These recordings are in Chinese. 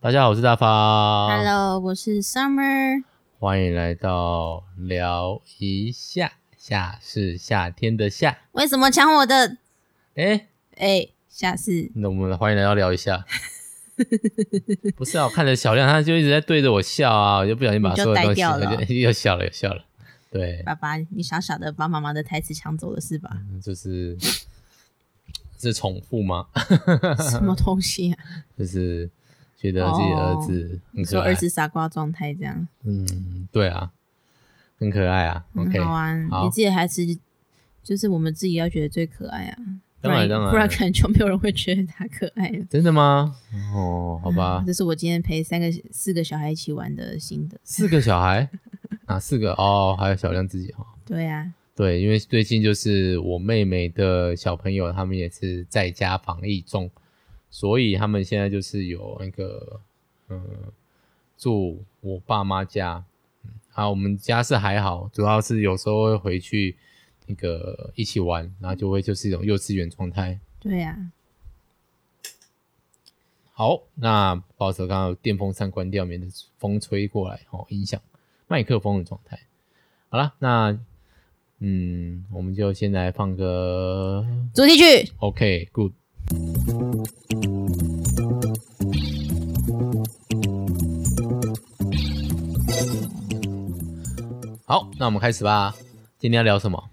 大家好，我是大发。 Hello，我是 Summer。欢迎来到聊一下，夏是夏天的夏。为什么抢我的？哎，哎、下次那我们欢迎来到聊一 下。不是啊，我看着小亮，他就一直在对着我笑啊，我就不小心把你就所有东呆西掉了 又笑了又笑了。对，爸爸，你傻傻的把妈妈的台词抢走了是 吧？就是是重复吗？什么东西啊？就是觉得自己的儿子很可哦说爱。儿子傻瓜状态这样，嗯，对啊，很可爱啊。很 OK，好玩。好你自己的孩子就是我们自己要觉得最可爱啊，不当然然当然不然可能就没有人会觉得他可爱了。真的吗？哦，好吧嗯，这是我今天陪三个四个小孩一起玩的心得。四个小孩啊，四个哦，还有小亮自己哦。对啊，对，因为最近就是我妹妹的小朋友，他们也是在家防疫中，所以他们现在就是有那个，嗯，住我爸妈家。嗯啊，我们家是还好，主要是有时候会回去那个一起玩，然后就会就是一种幼稚园状态。对啊，好，那保守刚刚电风扇关掉，免得风吹过来哦，影响麦克风的状态。好了，那嗯，我们就先来放个主题曲 OK Good。好，那我们开始吧。今天要聊什么？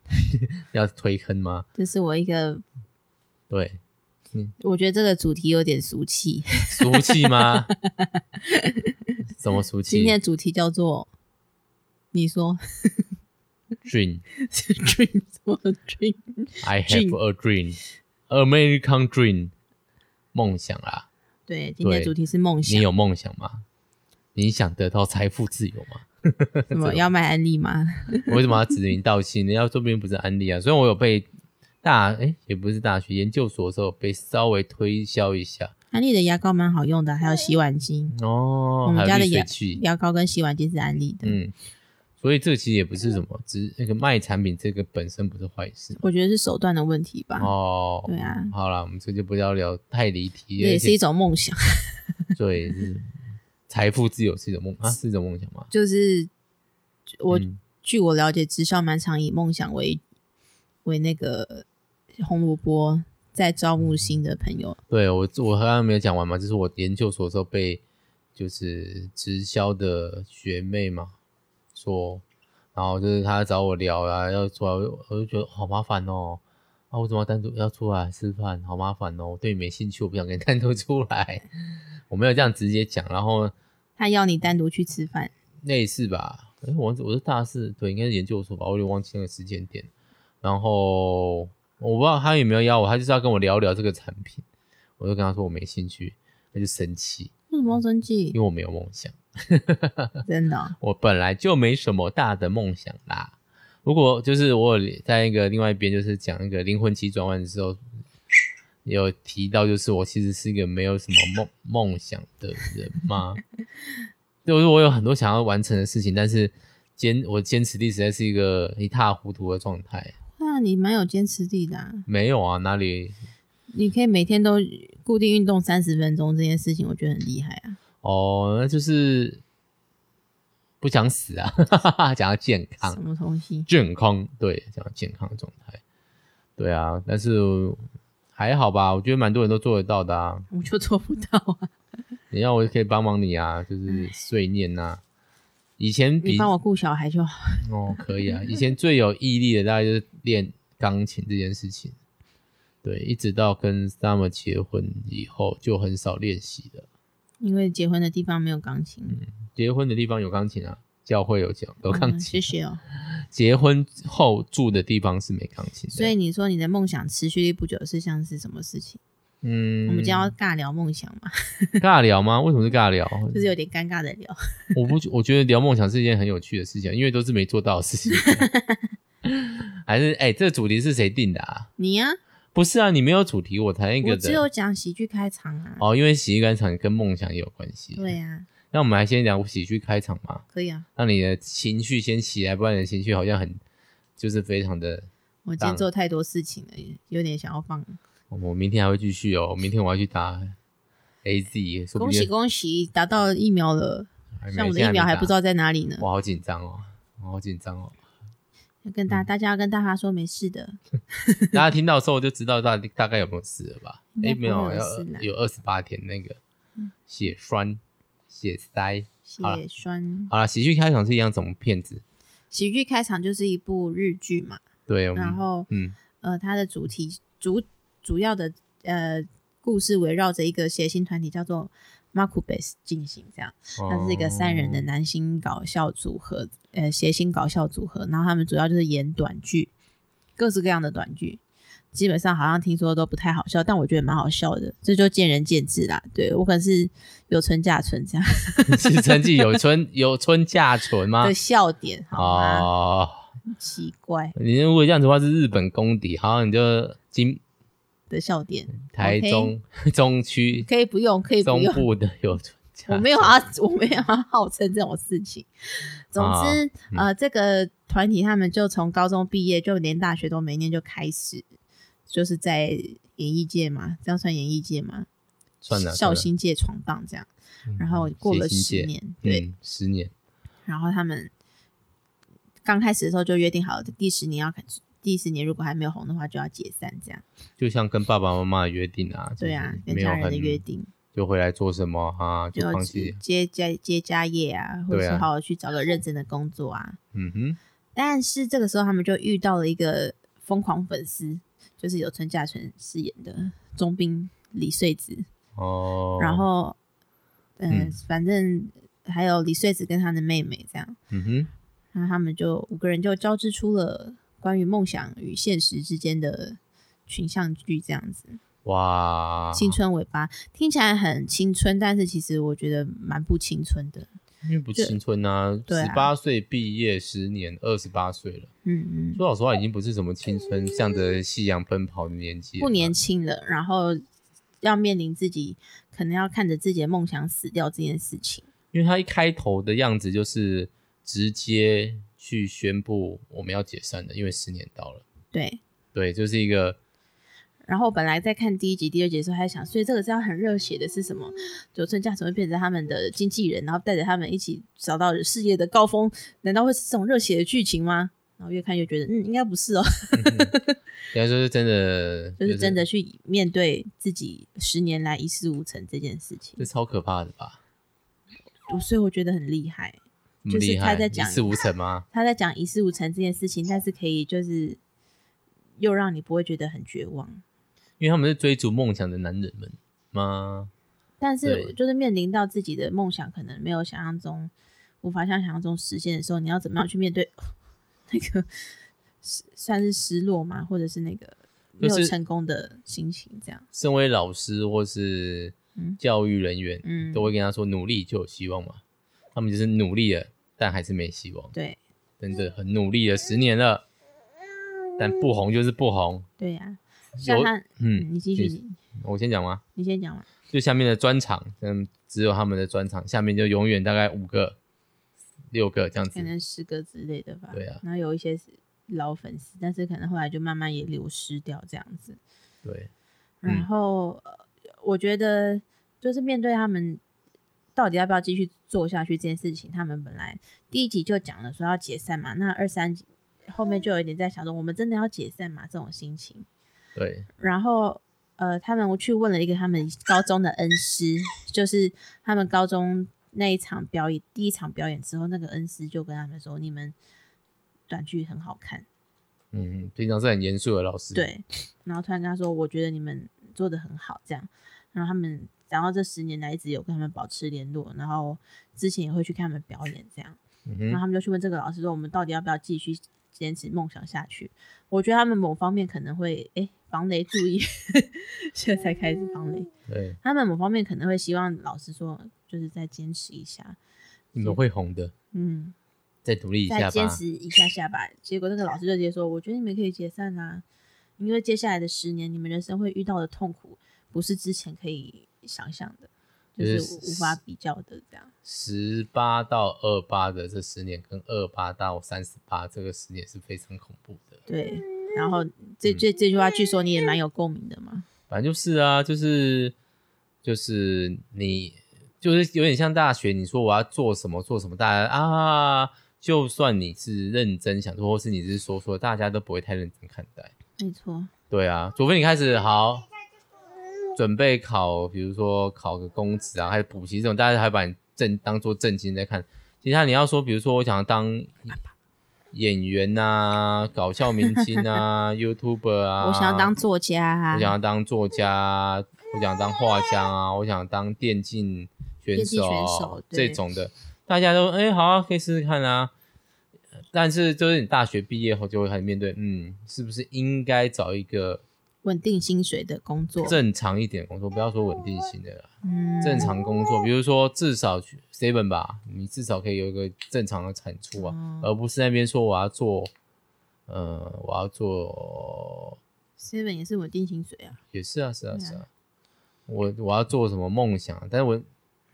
要推坑吗？这是我一个，对，我觉得这个主题有点俗气。俗气 吗？什么俗气？今天的主题叫做，你说 dream。 是 dream 什么 dream？ I have Dream a dream, American dream，梦想啦。对，今对天的主题是梦想你。有梦想吗？你想得到财富自由 吗？什么要卖安利吗？ 我为什么要指名道姓？人家说不定不是安利啊。虽然我有被大哎、也不是大学研究所的时候被稍微推销一下安利的牙膏蛮好用的，还有洗碗巾，哦我，们还嗯家有的滤水牙器，牙膏跟洗碗巾是安利的。嗯，所以这其实也不是什么，只是那个卖产品这个本身不是坏事我觉得是手段的问题吧。哦。嗯对啊，好了，我们这就不要聊太离题，这也是而一种梦想， 且对，是财富自由是一种梦啊，是一种梦想吗？就是我、嗯据我了解，直销蛮常以梦想为为那个红萝卜，在招募新的朋友。对我，我刚刚没有讲完嘛，就是我研究所的时候被就是直销的学妹嘛说，然后就是她找我聊啊，要出来，我就我就觉得好麻烦哦，啊，我怎么要单独要出来吃饭，好麻烦哦，我对你没兴趣，我不想跟你单 独出来，我没有这样直接讲，然后他要你单独去吃饭，类似吧，哎，我我是大四，对，应该是研究所吧，我有点忘记那个时间点。然后我不知道他有没有邀我，他就是要跟我聊聊这个产品，我就跟他说我没兴趣，他就生气，为什么要生气 因？为我没有梦想，真的哦、我本来就没什么大的梦想啦。如果就是我有在那个另外一边，就是讲那个灵魂急转弯的时候，有提到，就是我其实是一个没有什么梦梦想的人嘛。就是我有很多想要完成的事情，但是坚我坚持力实在是一个一塌糊涂的状态。那、啊你蛮有坚持力的、啊，没有啊，哪里你可以每天都固定运动三十分钟，这件事情我觉得很厉害啊。哦，那就是不想死啊， 想要健康什。么东西？健康，对，讲到健康的状态，对啊，但是还好吧，我觉得蛮多人都做得到的啊。我就做不到啊！你要我也可以帮忙你啊，就是碎念呐、以前你比帮我顾小孩就好。哦可以啊，以前最有毅力的大概就是练钢琴这件事情，对，一直到跟 Summer 结婚以后就很少练习了。因为结婚的地方没有钢琴，结婚的地方有钢琴啊，教会有讲嗯有钢琴，啊嗯谢谢哦。结婚后住的地方是没钢琴的。所以你说你的梦想持续力不久是像是什么事情？嗯，我们今天要尬聊梦想嘛， 尬聊吗？为什么是尬聊？就是有点尴尬的聊。我不觉，我觉得聊梦想是一件很有趣的事情，因为都是没做到的事情。 还是哎、这个主题是谁定的啊？你呀、不是啊，你没有主题，我才那个我只的。有讲喜剧开场啊。哦，因为喜剧开场跟梦想也有关系。对，呀、那我们还先讲喜剧开场嘛，可以啊。让你的情绪先起来，不然你的情绪好像很就是非常的。我今天做太多事情了，有点想要放。我明天还会继续哦，明天我要去打 A Z，说不恭喜定恭喜，达到疫苗了。还没像我的现疫在苗没还打不知道在哪里呢。我好紧张哦，我好紧张哦。要跟嗯大大家要跟大家说没事的， 大家听到的时候就知道大大概有没有事了吧？应哎、该不没会有，有要事啦嗯有二十八天那个血栓、血塞。好血栓。好了，喜剧开场是一样，怎么骗子？喜剧开场就是一部日剧嘛，对，我们然后嗯，呃，它的主题主主要的呃故事围绕着一个谐星团体叫做 Marku Base 进行这样，它是一个三人的哦男星搞笑组合，呃，谐星搞笑组合，然后他们主要就是演短剧，各式各样的短剧。基本上好像听说都不太好笑，但我觉得蛮好笑的，这就见仁见智啦。对我可能是有存假 存这样 是成绩有 春有春假存吗的？笑点，好啊吗？哦，奇怪你如果这样子的话是日本公敌，好，你就今的笑点，台 OK 中 中区可以不用，可以不中用。部的有春假我存没有啊，我没有要号称这种事情。总之，嗯呃，这个团体他们就从高中毕业，就连大学都没念，就开始就是在演艺界嘛，这样算演艺界嘛，算了，绍算了兴界闯荡这样。嗯然后过了谐星界十年，对，嗯，十年，然后他们刚开始的时候就约定好，第十年要开始。第十年如果还没有红的话，就要解散，这样就像跟爸爸妈妈的约定啊，对啊，就是跟没有家人的很约定，就回来做什么啊，就就要放接弃，接家接家业啊，或者对是啊好好去找个认真的工作啊，嗯哼，但是这个时候他们就遇到了一个疯狂粉丝，就是有村架纯饰演的中兵李穗子，哦，然，后、嗯、嗯反正还有李穗子跟她的妹妹这样，嗯哼，然后他们就五个人就交织出了关于梦想与现实之间的群像剧这样子，哇，青春尾巴听起来很青春，但是其实我觉得蛮不青春的，因为不青春啊，对啊十八岁毕业十年，二十八岁了。嗯嗯。说老实话，已经不是什么青春向着夕阳奔跑的年纪了吧，不年轻了，然后要面临自己可能要看着自己的梦想死掉这件事情。因为他一开头的样子就是直接去宣布我们要解散的，因为十年到了，对，对，就是一个然后本来在看第一集、第二集的时候，还想，所以这个是要很热血的，是什么？九村架纯会变成他们的经纪人，然后带着他们一起找到事业的高峰，难道会是这种热血的剧情吗？然后越看越觉得，嗯，应该不是哦， 人家说是真的，就是真的，去面对自己十年来一事无成这件事情这，超可怕的吧？所以我觉得很厉害。这么就是厉害他在讲一事无成啊吗？他在讲一事无成这件事情，但是可以就是又让你不会觉得很绝望，因为他们是追逐梦想的男人们吗？但对是就是面临到自己的梦想可能没有想象中无法像想象中实现的时候，你要怎么样去面对那个失算是失落嘛，或者是那个没就是有成功的心情这样？身为老师或是嗯教育人员，嗯都会跟他说努力就有希望嘛。他们就是努力了，但还是没希望。对真的很努力了，十年了，但不红就是不红。对呀、像有他，嗯，嗯，你继续，你你我先讲吗？你先讲完。就下面的专场，嗯，只有他们的专场，下面就永远大概五个、六个这样可子。能十个之类的吧。嗯对啊然后有一些是老粉丝，但是可能后来就慢慢也流失掉这样子。对，嗯然后、呃我觉得就是面对他们到底要不要继续做下去这件事情，他们本来第一集就讲了说要解散嘛，那二三集后面就有一点在想说我们真的要解散嘛这种心情。对，然后呃，他们去问了一个他们高中的恩师，就是他们高中那一场表演，第一场表演之后，那个恩师就跟他们说，你们短剧很好看，嗯，平常是很严肃的老师。，对。然后突然跟他说，我觉得你们做的很好，这样。然后他们，然后这十年来一直有跟他们保持联络，然后之前也会去看他们表演，这样。嗯然后哼，他们就去问这个老师说，我们到底要不要继续坚持梦想下去？我觉得他们某方面可能会哎防雷注意，现在才开始防雷。对，他们某方面可能会希望老师说，就是再坚持一下，你们会红的，嗯，再努力一再下坚吧。持一下下吧。结果那个老师就直接说，我觉得你们可以解散啦、因为接下来的十年，你们人生会遇到的痛苦，不是之前可以想象的，就就是是无无法比较的这样。十八到二八的这十年，跟二八到三十八这个十年是非常恐怖的。对，然嗯后这这这句话，据说你也蛮有共鸣的嘛。反正就是啊，就是就是你就是有点像大学，你说我要做什么做什么，大家啊，就算你是认真想做，或是你是说说，大家都不会太认真看待。没错，对啊，除非你开始好准备考，比如说考个公职啊，还是补习这种，大家还把你正当做正经在看。其他你要说，比如说我想要当演员啊，搞笑明星 啊，YouTuber 啊，我想要当作家啊我，想要当作家，我想当画家啊，我想当电竞选电竞手啊选手这对种的，大家都哎、好啊，可以试试看啊。但是就是你大学毕业后就会很面对，嗯，是不是应该找一个稳定薪水的工作，正常一点的工作？不要说稳定型的啦，嗯，正常工作，比如说至少去 seven 吧，你至少可以有一个正常的产出啊，哦而不是那边说我要做，呃，我要做 seven 也是稳定薪水啊，也是啊，是啊，对啊是啊。我我要做什么梦想？啊但是我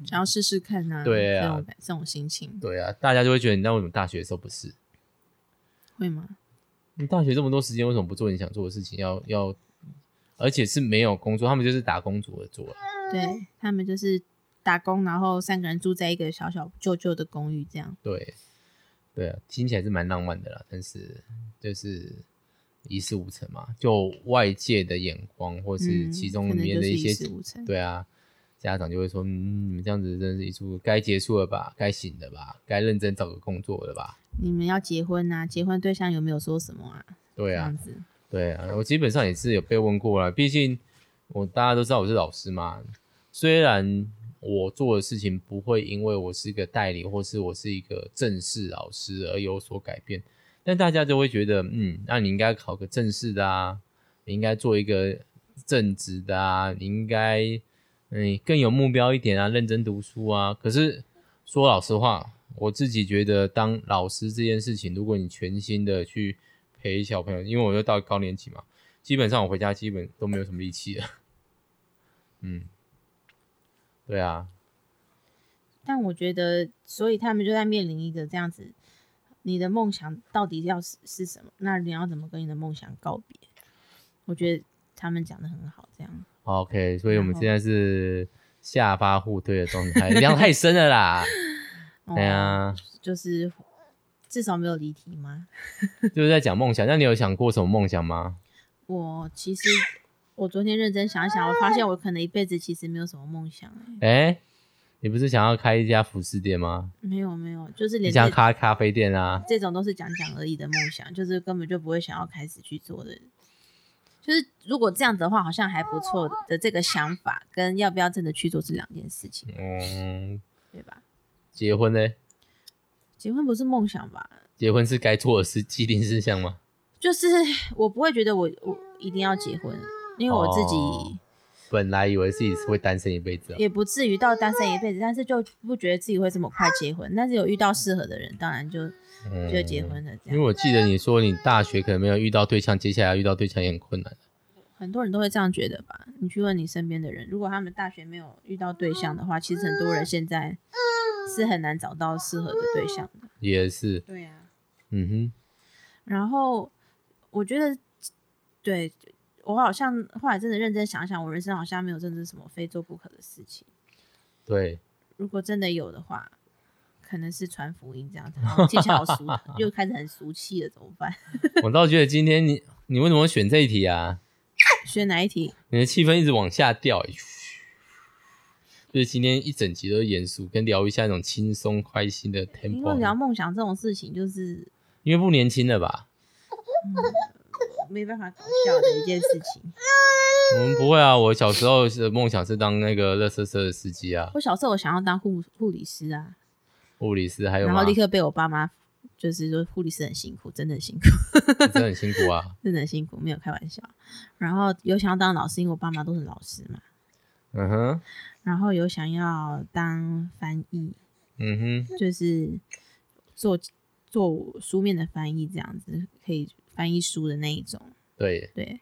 想要试试看啊，嗯对啊这种这种心情对啊，大家就会觉得你那为什么大学的时候不是？会吗？你大学这么多时间，为什么不做你想做的事情？要要，而且是没有工作，他们就是打工族的做啊。对他们就是打工，然后三个人住在一个小小旧旧的公寓这样，对，对啊，听起来是蛮浪漫的啦，但是就是一事无成嘛。就外界的眼光，或是嗯其中可里能面就的是一一些，事无成，对啊，家长就会说，嗯，你们这样子真的是一出该结束了吧，该醒了吧，该认真找个工作了吧。你们要结婚啊，结婚对象有没有说什么啊？对这啊，样子，对啊，我基本上也是有被问过啦，毕竟我大家都知道我是老师嘛，虽然我做的事情不会因为我是一个代理或是我是一个正式老师而有所改变，但大家就会觉得，嗯，那你应该考个正式的啊，你应该做一个正职的啊，你应该嗯更有目标一点啊，认真读书啊。可是说老实话，我自己觉得当老师这件事情，如果你全心的去陪小朋友，因为我又到高年级嘛，基本上我回家基本都没有什么力气了。嗯，对啊，但我觉得，所以他们就在面临一个这样子，你的梦想到底要是是什么？那你要怎么跟你的梦想告别？我觉得他们讲的很好，这样 OK，所以我们然后现在是下巴互对的状态，量太深了啦。 哦对啊，就是至少没有离题吗？就是在讲梦想。那你有想过什么梦想吗？我其实我昨天认真想一想，我发现我可能一辈子其实没有什么梦想、欸，哎、你不是想要开一家服饰店吗？没有没有，就是你连想这要开咖啡店啊？这种都是讲讲而已的梦想，就是根本就不会想要开始去做的。就是如果这样子的话，好像还不错的这个想法，跟要不要真的去做是两件事情，嗯，对吧？结婚呢？结婚不是梦想吧？结婚是该做的事既定事项吗？就是 我不会觉得我我一定要结婚，因为我自己哦本来以为自己是会单身一辈子、啊，也不至于到单身一辈子，但是就不觉得自己会这么快结婚。但是有遇到适合的人，当然就嗯就结婚了。这因为样我记得你说你大学可能没有遇到对象，接下来遇到对象也很困难。很多人都会这样觉得吧？你去问你身边的人，如果他们大学没有遇到对象的话，其实很多人现在是很难找到适合的对象的。也是，对呀、嗯哼，然后我觉得，对我好像后来真的认真想想，我人生好像没有真的什么非做不可的事情。对，如果真的有的话，可能是传福音这样子。哦听起 来好俗，又开始很俗气了，怎么办？ 我倒觉得今天你你为什么会选这一题啊？选哪一题？你的气氛一直往下掉、欸，就是今天一整集都是严肃，跟聊一下那种轻松开心的因为 tempo，聊梦想这种事情，就是因为不年轻了吧？没办法搞笑的一件事情。我们不会啊，我小时候的梦想是当那个乐色车的司机啊，我小时候我想要当护护理师啊，护理师，还有然吗后？立刻被我爸妈就是说护理师很辛苦，真的很辛苦， 真的很辛苦啊。真的很辛苦，没有开玩笑。然后有想要当老师，因为我爸妈都是老师嘛。嗯哼，然后有想要当翻译，嗯哼，就是做做书面的翻译，这样子可以翻译书的那一种。对，对，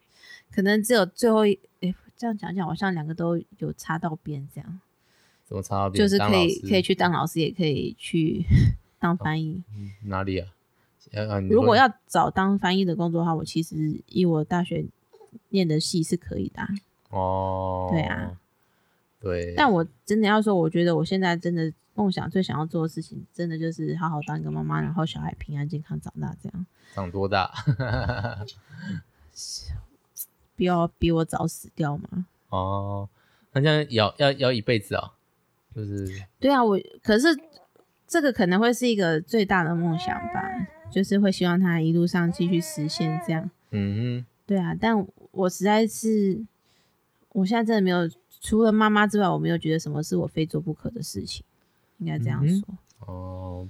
可能只有最后一，诶、这样讲讲，好像两个都有插到边，这样怎么插到边？就是当可老以师可以去当老师，也可以去 当翻译。哪里啊？呃、啊你如说果要找当翻译的工作的话，我其实以我大学念的系是可以的啊、哦，对啊，对，但我真的要说，我觉得我现在真的梦想最想要做的事情，真的就是好好当一个妈妈，然后小孩平安健康长大，这样长多 大？不要比我早死掉嘛。哦，那这样摇要要一辈子哦，就是对啊，我可是这个可能会是一个最大的梦想吧，就是会希望他一路上继续实现这样。嗯对啊，但我实在是，我现在真的没有，除了妈妈之外，我没有觉得什么是我非做不可的事情，应该这样嗯说。哼哼，哦，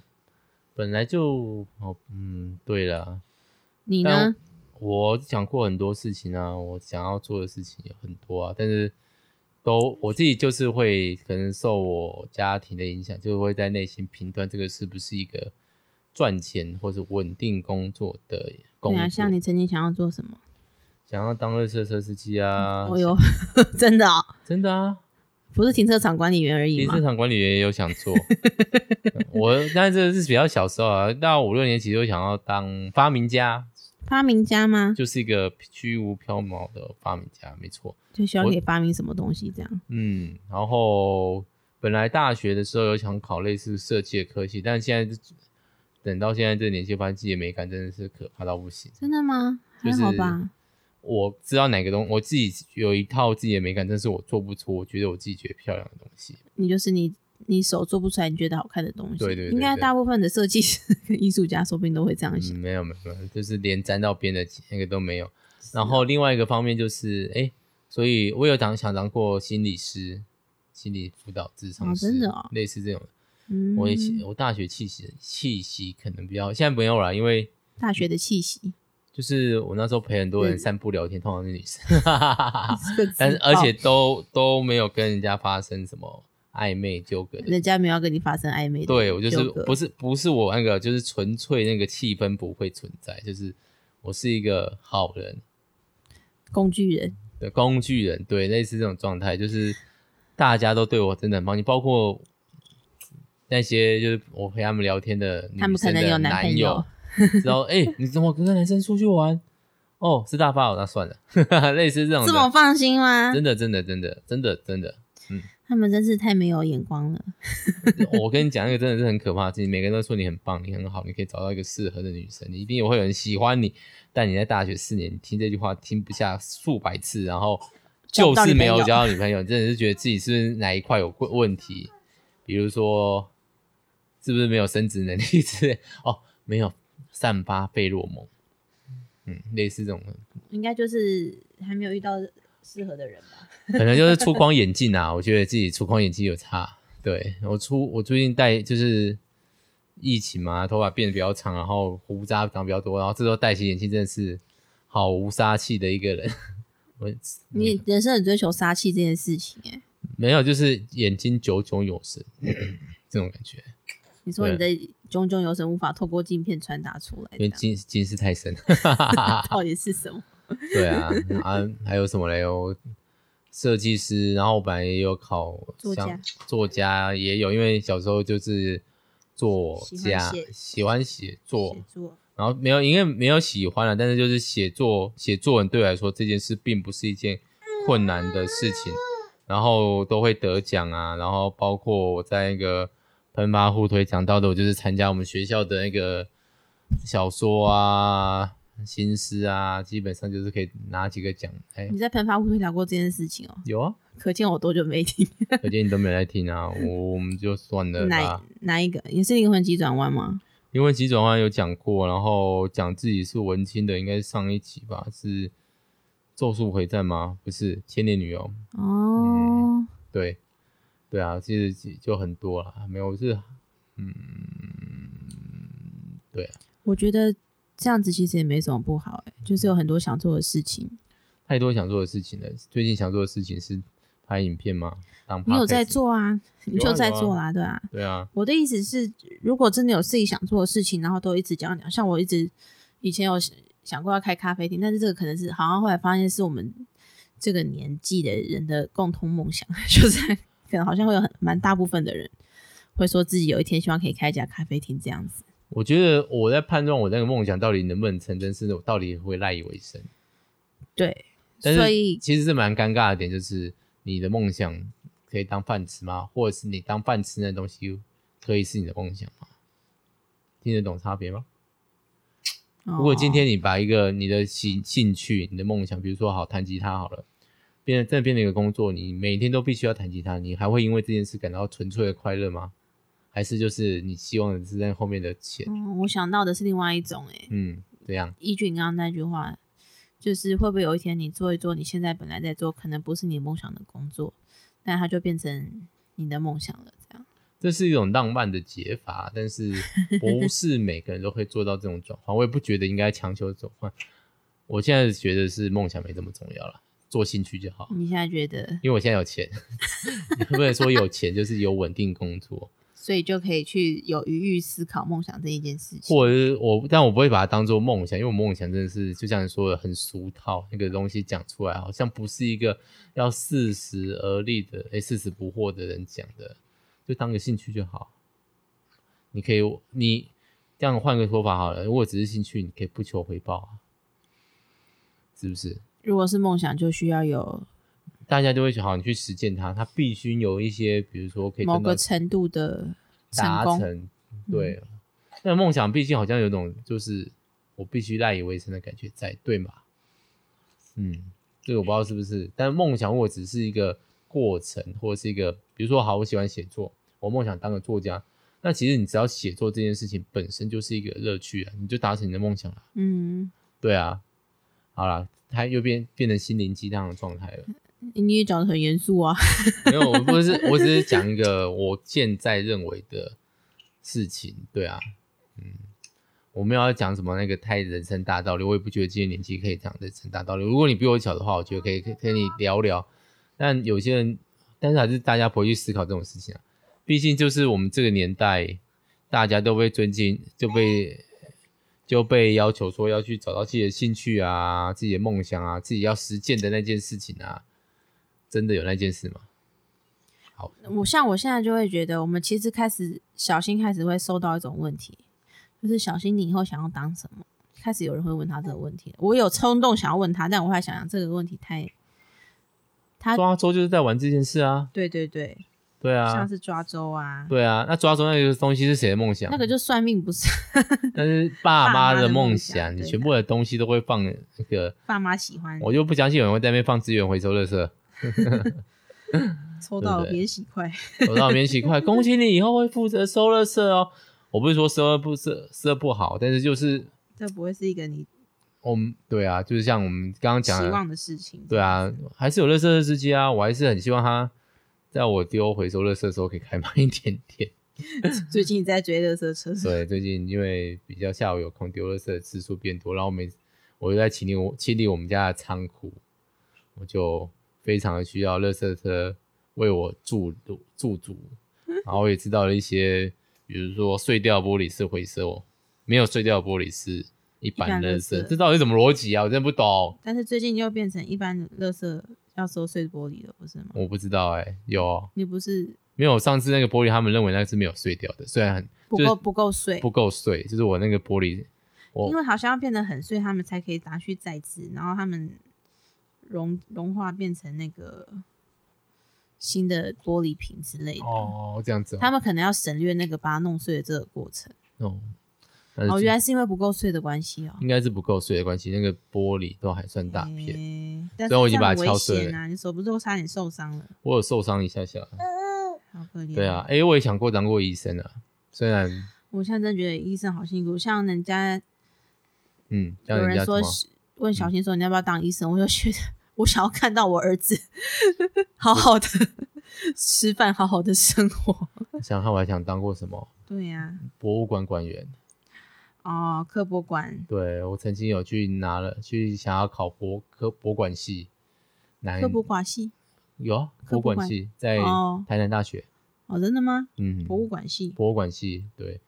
本来就哦，嗯，对了，你但呢？啊我想过很多事情啊，我想要做的事情有很多啊，但是都我自己就是会可能受我家庭的影响，就会在内心评断这个是不是一个赚钱或者稳定工作的工对作。啊，像你曾经想要做什么？想要当热车车司机啊，嗯我有， 真的、哦，真的啊，不是停车场管理员而已停吗车？场管理员也有想 做。我但这是比较小时候啊，到五六年级就想要当发明家，发明家吗？就是一个虚无缥缈的发明家，没错。就希望我可以发明什么东西这样。嗯，然后本来大学的时候有想考类似设计的科系，但现在就等到现在这个年纪，发现自己的美感真的是可怕到不行。真的吗？还就是好吧。我知道哪个东，我自己有一套自己的美感，但是我做不出我觉得我自己觉得漂亮的东西。你就是你，你手做不出来你觉得好看的东西。对对对应该对大部分的设计师 跟艺术家说不定都会这样嗯，想。没有没有，没有，就是连沾到边的那个都没有。啊然后另外一个方面就是，哎，所以我有当想当过心理师、心理辅导、智商哦师，真的哦类似这种。嗯，我也喜我大学气息气息可能比较现在没有了，因为大学的气息，就是我那时候陪很多人嗯散步聊天，通常是女生， 这个自啊但是而且爆都都没有跟人家发生什么暧昧纠葛的。人家没有要跟你发生暧昧的纠葛。对我就是不是不是我那个，就是纯粹那个气氛不会存在，就是我是一个好人，工具人，的工具人，对，类似这种状态，就是大家都对我真的很棒，你包括那些就是我陪他们聊天的女他们可生能的有男朋友友，然后哎，你怎么跟个男生出去玩？哦，是大发哦，那算了， 类似这种这么的，放心吗？真的真的真的真的真的，他们真是太没有眼光了。 我跟你讲，那个真的是很可怕的事情，每个人都说你很棒，你很好，你可以找到一个适合的女生，你一定也会有人喜欢你，但你在大学四年，你听这句话听不下数百次，然 后交不就到是女没朋有友交到女朋友，你真的是觉得自己是不是哪一块有问问题，比如说是不是没有生殖能力之类，哦，没有散发费洛蒙，嗯，类似这种的，应该就是还没有遇到适合的人吧。可能就是粗框眼镜啊，我觉得自己粗框眼镜有差。对我出我最近戴就是疫情嘛，头发变得比较长，然后胡渣长比较多，然后这时候戴起眼镜真的是好无杀气的一个人。我嗯你人生很追求杀气这件事情、欸，哎，没有，就是眼睛炯炯有神 这种感觉，你说你的炯炯有神无法透过镜片传达出来因为的，啊近近视太深。到底是什么？对啊，啊还有什么嘞？我设计师，然后我本来也有考作像家，作家也有，因为小时候就是作喜欢家写，喜欢写作写，作然后没有因为没有喜欢了，但是就是写作写作文对我来说这件事并不是一件困难的事情，然后都会得奖啊，然后包括我在那个喷发互推讲到的，我就是参加我们学校的那个小说啊、新诗啊，基本上就是可以拿几个奖。哎，你在喷发会聊过这件事情哦、有啊，可见我多久没听？可见你都没来听啊，我我们就算了吧 哪。哪一个？也是灵魂急转弯吗？因为急转弯有讲过，然后讲自己是文青的，应该是上一集吧？是《咒术回战》吗？不是《千年女妖》？嗯哦，对，对啊，其实就就很多啦，没有是，嗯，对啊，我觉得这样子其实也没什么不好、欸，就是有很多想做的事情。太多想做的事情了。最近想做的事情是拍影片吗？当你有在 podcast？做啊？你有啊就在有啊做啦、对啊。对啊，我的意思是，如果真的有自己想做的事情，然后都一直讲讲，像我一直以前有想想过要开咖啡厅，但是这个可能是好像后来发现是我们这个年纪的人的共同梦想， 就是可能好像会有很蛮大部分的人会说自己有一天希望可以开一家咖啡厅这样子。我觉得我在判断我那个梦想到底能不能成真，是我到底会赖以为生。对，但是所以其实是蛮尴尬的点，就是你的梦想可以当饭吃吗？或者是你当饭吃那东西可以是你的梦想吗？听得懂差别吗？如哦如果今天你把一个你的兴兴趣、你的梦想，比如说好弹吉他好了，变成真的变成一个工作，你每天都必须要弹吉他，你还会因为这件事感到纯粹的快乐吗？还是就是你希望的是在后面的钱？嗯，我想到的是另外一种、欸，嗯，这样依据你刚刚那句话，就是会不会有一天你做一做你现在本来在做，可能不是你梦想的工作，但它就变成你的梦想了，这样。这是一种浪漫的解法，但是不是每个人都会做到这种转换。我也不觉得应该强求转换。我现在觉得是梦想没这么重要了，做兴趣就好。你现在觉得，因为我现在有钱， 不能说有钱就是有稳定工作，所以就可以去有余裕思考梦想这一件事情。或者是我，但我不会把它当做梦想，因为我梦想真的是就像你说的很俗套，那个东西讲出来好像不是一个要四十而立的，哎，四十不惑的人讲的，就当个兴趣就好。你可以，你这样换个说法好了，如果只是兴趣，你可以不求回报啊，是不是？如果是梦想，就需要有大家就会想，好，你去实践它，它必须有一些，比如说可以某跟到个程度的成达功。嗯成。对，那梦想毕竟好像有种就是我必须赖以为生的感觉在，对吗？嗯，这个我不知道是不是，但梦想我只是一个过程，或者是一个，比如说，好，我喜欢写作，我梦想当个作家。那其实你只要写作这件事情本身就是一个乐趣啊，你就达成你的梦想了。嗯，对啊，好啦，它又变变成心灵鸡汤的状态了。你也讲的很严肃啊。没有，我不是，我只是讲一个我现在认为的事情，对啊，嗯，我没有要讲什么那个太人生大道理，我也不觉得今天年纪可以讲人生大道理。如果你比我小的话，我觉得可以可以跟你聊聊。但有些人，但是还是大家不会去思考这种事情啊，毕竟就是我们这个年代，大家都被尊敬，就被就被要求说要去找到自己的兴趣啊、自己的梦想啊、自己要实践的那件事情啊，真的有那件事吗？好，我像我现在就会觉得，我们其实开始小新开始会收到一种问题，就是小新你以后想要当什么？开始有人会问他这个问题了，我有冲动想要问他，但我后来想想这个问题太……他抓周就是在玩这件事啊，对对对，对像啊，是抓周啊，对啊。那抓周那个东西是谁的梦想？那个就算命不是但是爸妈爸妈的梦梦想你对全部的东西都会放那个，爸妈喜欢我就不相信有人会在那边放资源回收垃圾。抽对到对别洗块，走到免洗块，恭喜你以后会负责收垃圾哦。我不是说收不收收不好，但是就是这不会是一个你我们对啊，就是像我们刚刚期讲的，望的事情。对啊，还是有垃圾的司机啊，我还是很希望他在我丢回收垃圾的时候可以开慢一点点。最近你在追热车车， 对，最近因为比较下午有空，丢垃圾的次数变多，然后每我又在清理我清理我们家的仓库，我就非常的需要垃圾车为我助助 主，然后我也知道了一些，比如说碎掉玻璃是回收，没有碎掉玻璃是一般般垃垃圾，圾这到底什么逻辑啊？我真的不懂，但是最近又变成一般的垃圾要收碎玻璃了，不是吗？我不知道哎、有哦你不是没有？上次那个玻璃他们认为那是没有碎掉的，虽然很不就是够不够碎，不够碎，就是我那个玻璃，我因为好像要变得很碎，他们才可以拿去再制，然后他们融融化变成那个新的玻璃瓶之类的。哦这样子、哦，他们可能要省略那个把它弄碎的这个过程。哦，但是哦，原来是因为不够碎的关系哦。应该是不够碎的关系，那个玻璃都还算大嗯片，诶但所以我已经这把样它很敲危碎险了啊！你手不是都差点受伤了，我有受伤一下下。嗯好可怜。对啊，，诶，我也想过当过医生啊，虽然我现在真的觉得医生好辛苦，像人家嗯，像有人家人什么嗯说，是问小新说你要不要当医生，我就觉得我想要看到我儿 子好好的吃饭，好好的生活。想看我还想当过什么对呀、博物馆馆员。哦，科博馆，对我曾经有去拿了，去想要考博科博管系，南科博馆系，有啊，科博博管馆系在哦台南大学，哦，真的吗？嗯，博物馆系，博物馆系，对，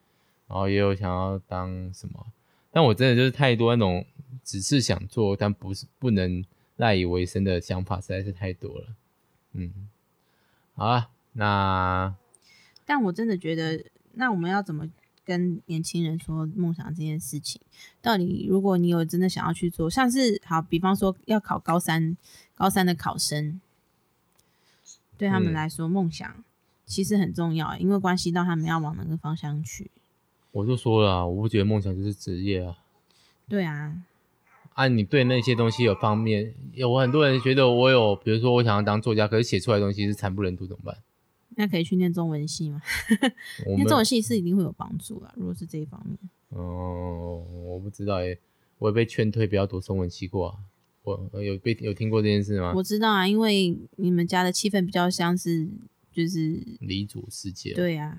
然后也有想要当什么，但我真的就是太多那种只是想做但不是不能赖以为生的想法实在是太多了，嗯，好啊，那但我真的觉得，那我们要怎么跟年轻人说梦想这件事情？到底如果你有真的想要去做，像是好，比方说要考高三，高三的考生，对他们嗯来说，梦想其实很重要，因为关系到他们要往哪个方向去。我就说了啊、我不觉得梦想就是职业啊。对啊，啊，你对那些东西有方面，有我很多人觉得我有，比如说我想要当作家，可是写出来的东西是惨不忍睹，怎么办？那可以去念中文系吗？我念们中文系是一定会有帮助啦。如果是这一方面，哦，我不知道诶，我也被劝退不要读中文系过啊。我我有被有听过这件事吗？我知道啊，因为你们家的气氛比较像是，就是黎族世界，对啊，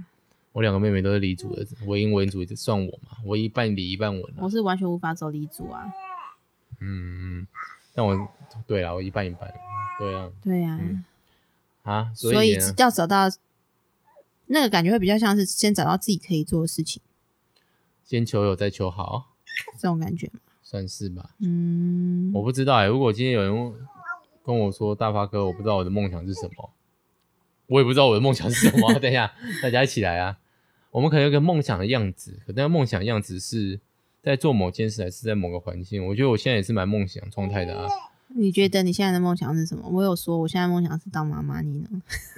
我两个妹妹都是黎族的，唯英文族就算我嘛，我一半黎一半文啊、我是完全无法走离组啊。嗯，嗯，但我对啦，我一半一半，对啊，对啊，嗯啊，所以呢要找到那个感觉会比较像是先找到自己可以做的事情，先求有再求好，这种感觉。算是吧。嗯，我不知道哎、如果今天有人问跟我说大发哥，我不知道我的梦想是什么，我也不知道我的梦想是什么。 等一下，大家一起来啊！我们可能有个梦想的样子，可那个梦想样子是在做某件事，还是在某个环境？我觉得我现在也是蛮梦想状态的啊，你觉得你现在的梦想是什么？我有说我现在梦想是当妈妈，你呢？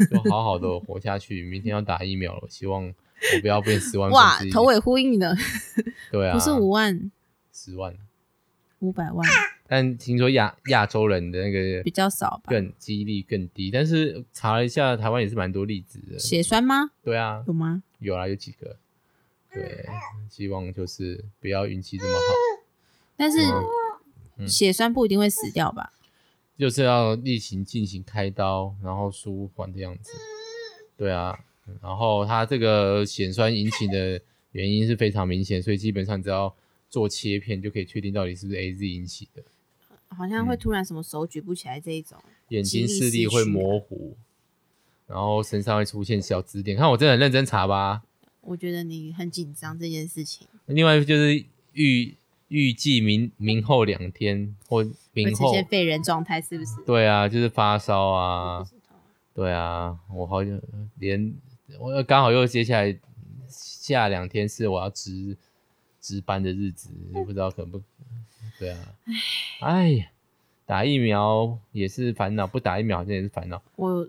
就好好的活下去。明天要打疫苗了，希望我不要变十万哇分之，一头尾呼应呢，对啊，不是五万十万，五百万但听说亚亚洲人的那个比较少吧？更激励更低，但是查了一下，台湾也是蛮多例子的。血栓吗？对啊，有吗？有啦，有几个。对，希望就是不要运气这么好，但是嗯血栓不一定会死掉吧？就是要例行进行开刀，然后舒缓的样子。对啊，然后它这个血栓引起的原因是非常明显，所以基本上只要做切片就可以确定到底是不是 A Z 引起的。好像嗯会突然什么手举不起来这一种，眼睛记忆视力失会去模糊，然后身上会出现小紫点。看我真的很认真查吧。我觉得你很紧张这件事情，另外就是预预计明明后两天或会明呈后，现废人状态，是不是？对啊，就是发烧我啊不，知道对啊，我好像连我刚好又接下来下两天是我要值值班的日子，不知道可不，对啊，哎呀，打疫苗也是烦恼，不打疫苗好像也是烦恼。我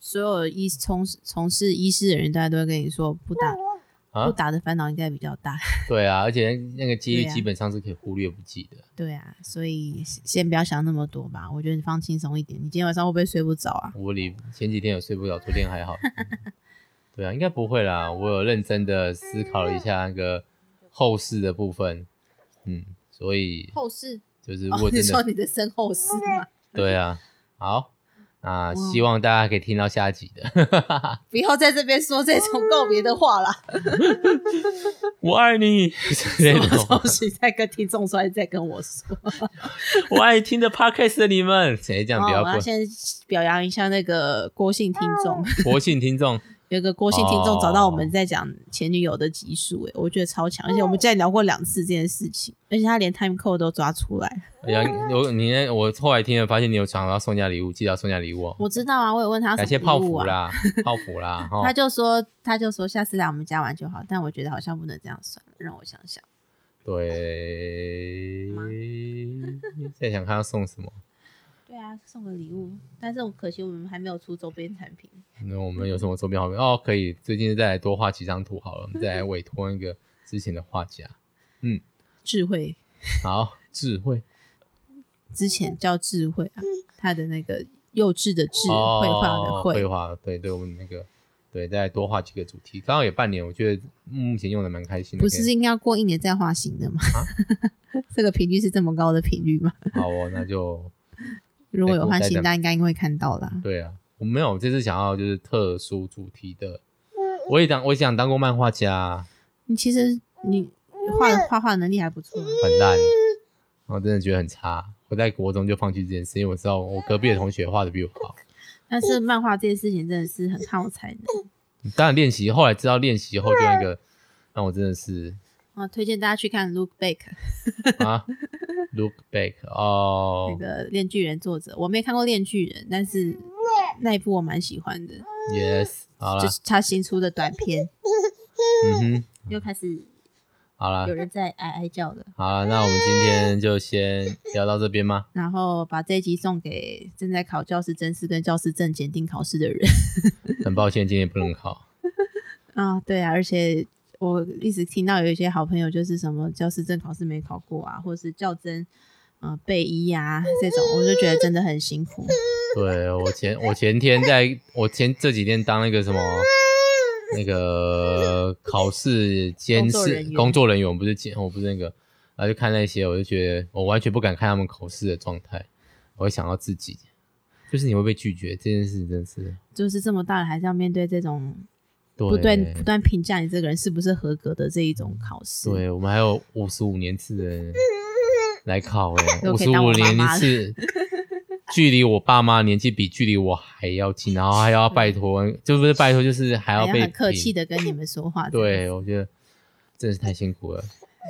所有医从从事医师的人，大家都会跟你说，不打、啊不打的烦恼应该比较大。 对啊，而且那那个几率对啊基本上是可以忽略不计的。对啊，所以先不要想那么多吧。我觉得你放轻松一点。你今天晚上会不会睡不着啊？我里前几天有睡不着，昨天还好。嗯对啊，应该不会啦。我有认真的思考了一下那个后事的部分，嗯，所以 后事？就是如哦果，你真的、说你的身后事吗？对啊，好，那嗯希望大家可以听到下集的。不要在这边说这种告别的话啦。 我爱你这种，东西在跟听众说，还是在跟我说？ 我爱听的 podcast 的你们， 谁这样哦比较我要先表扬一下那个郭姓听众，国信听众，有一个郭姓听众哦找到我们在讲前女友的集数，哎，我觉得超强，而且我们之前聊过两次这件事情，而且他连 time code 都抓出来。哎呀，我你那我后来听了发现你有想要送人家礼物，记得要送人家礼物哦。我知道啊，我有问他感什谢么泡礼物芙啊，啦，哦泡芙 啦，哈他，就说他就说下次来我们家玩就好，但我觉得好像不能这样算了，让我想想。对吗， 在想看要送什么。对啊，送个礼物，但是我可惜我们还没有出周边产品。那我们有什么周边好没？嗯哦，可以，最近再来多画几张图好了，我们再来委托那个之前的画家。智慧好，智慧之前叫智慧啊，他的那个幼稚的智，绘画的哦绘绘，画，对对，我们那个对，再来多画几个主题，刚好也半年，我觉得目前用的蛮开心的。不是应该要过一年再画新的吗？啊 这个频率是这么高的频率吗？可以好哦，那就如果有换再新过单，应该会看到啦。对啊，我没有，这次想要就是特殊主题的。我也当，我也想当过漫画家啊，你其实你画的画画能力还不错啊、很烂，我真的觉得很差。我在国中就放弃这件事，因为我知道我隔壁的同学画的比我好。但是漫画这件事情真的是很看我才能。当然练习，后来知道练习后就那个，让我真的是啊，推荐大家去看 Luke Baker 啊，look back 哦那，个《恋巨人》作者，我没看过《恋巨人》，但是那一部我蛮喜欢的， yes，好就啦，是他新出的短片，嗯哼，又开始好啦有，人在哀哀叫的。好啦，那我们今天就先聊到这边吗？然后把这一集送给正在考教师真试跟教师证检定考试的人很抱歉，今天不能考。啊，对啊，而且我一直听到有一些好朋友就是什么教师证考试没考过啊，或者是教甄呃备一啊这种，我就觉得真的很辛苦。 对我前我前天在我前这几天当那个什么那 个考试监工作人视员工作人员，我不是监，我不是那个，然后就看那些，我就觉得我完全不敢看他们考试的状态，我会想到自己，就是你会被拒绝这件事，真是就是这么大了，还是要面对这种对不断不断评价你这个人是不是合格的这一种考试。对我们还有五十五年次 的来考哎、又五可十以当五我妈年妈了 次，距离我爸妈年纪比距离我还要近，然后还要拜托，就不是拜托，就是还还要要被很客评气的跟你们 说话。对，我觉得真的是太辛苦了，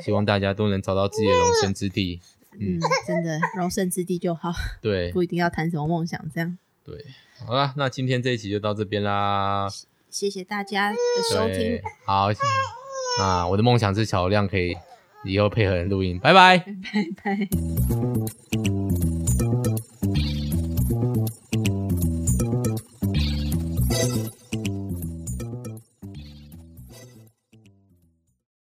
希望大家都能找到自己的容身之地。嗯，真的容身之地就好， 对不一定要谈什么梦想这样。对，好啦，那今天这一期就到这边啦。谢谢大家的收听对，，好啊，我的梦想是小亮可以以后配合人录音，拜拜。拜拜。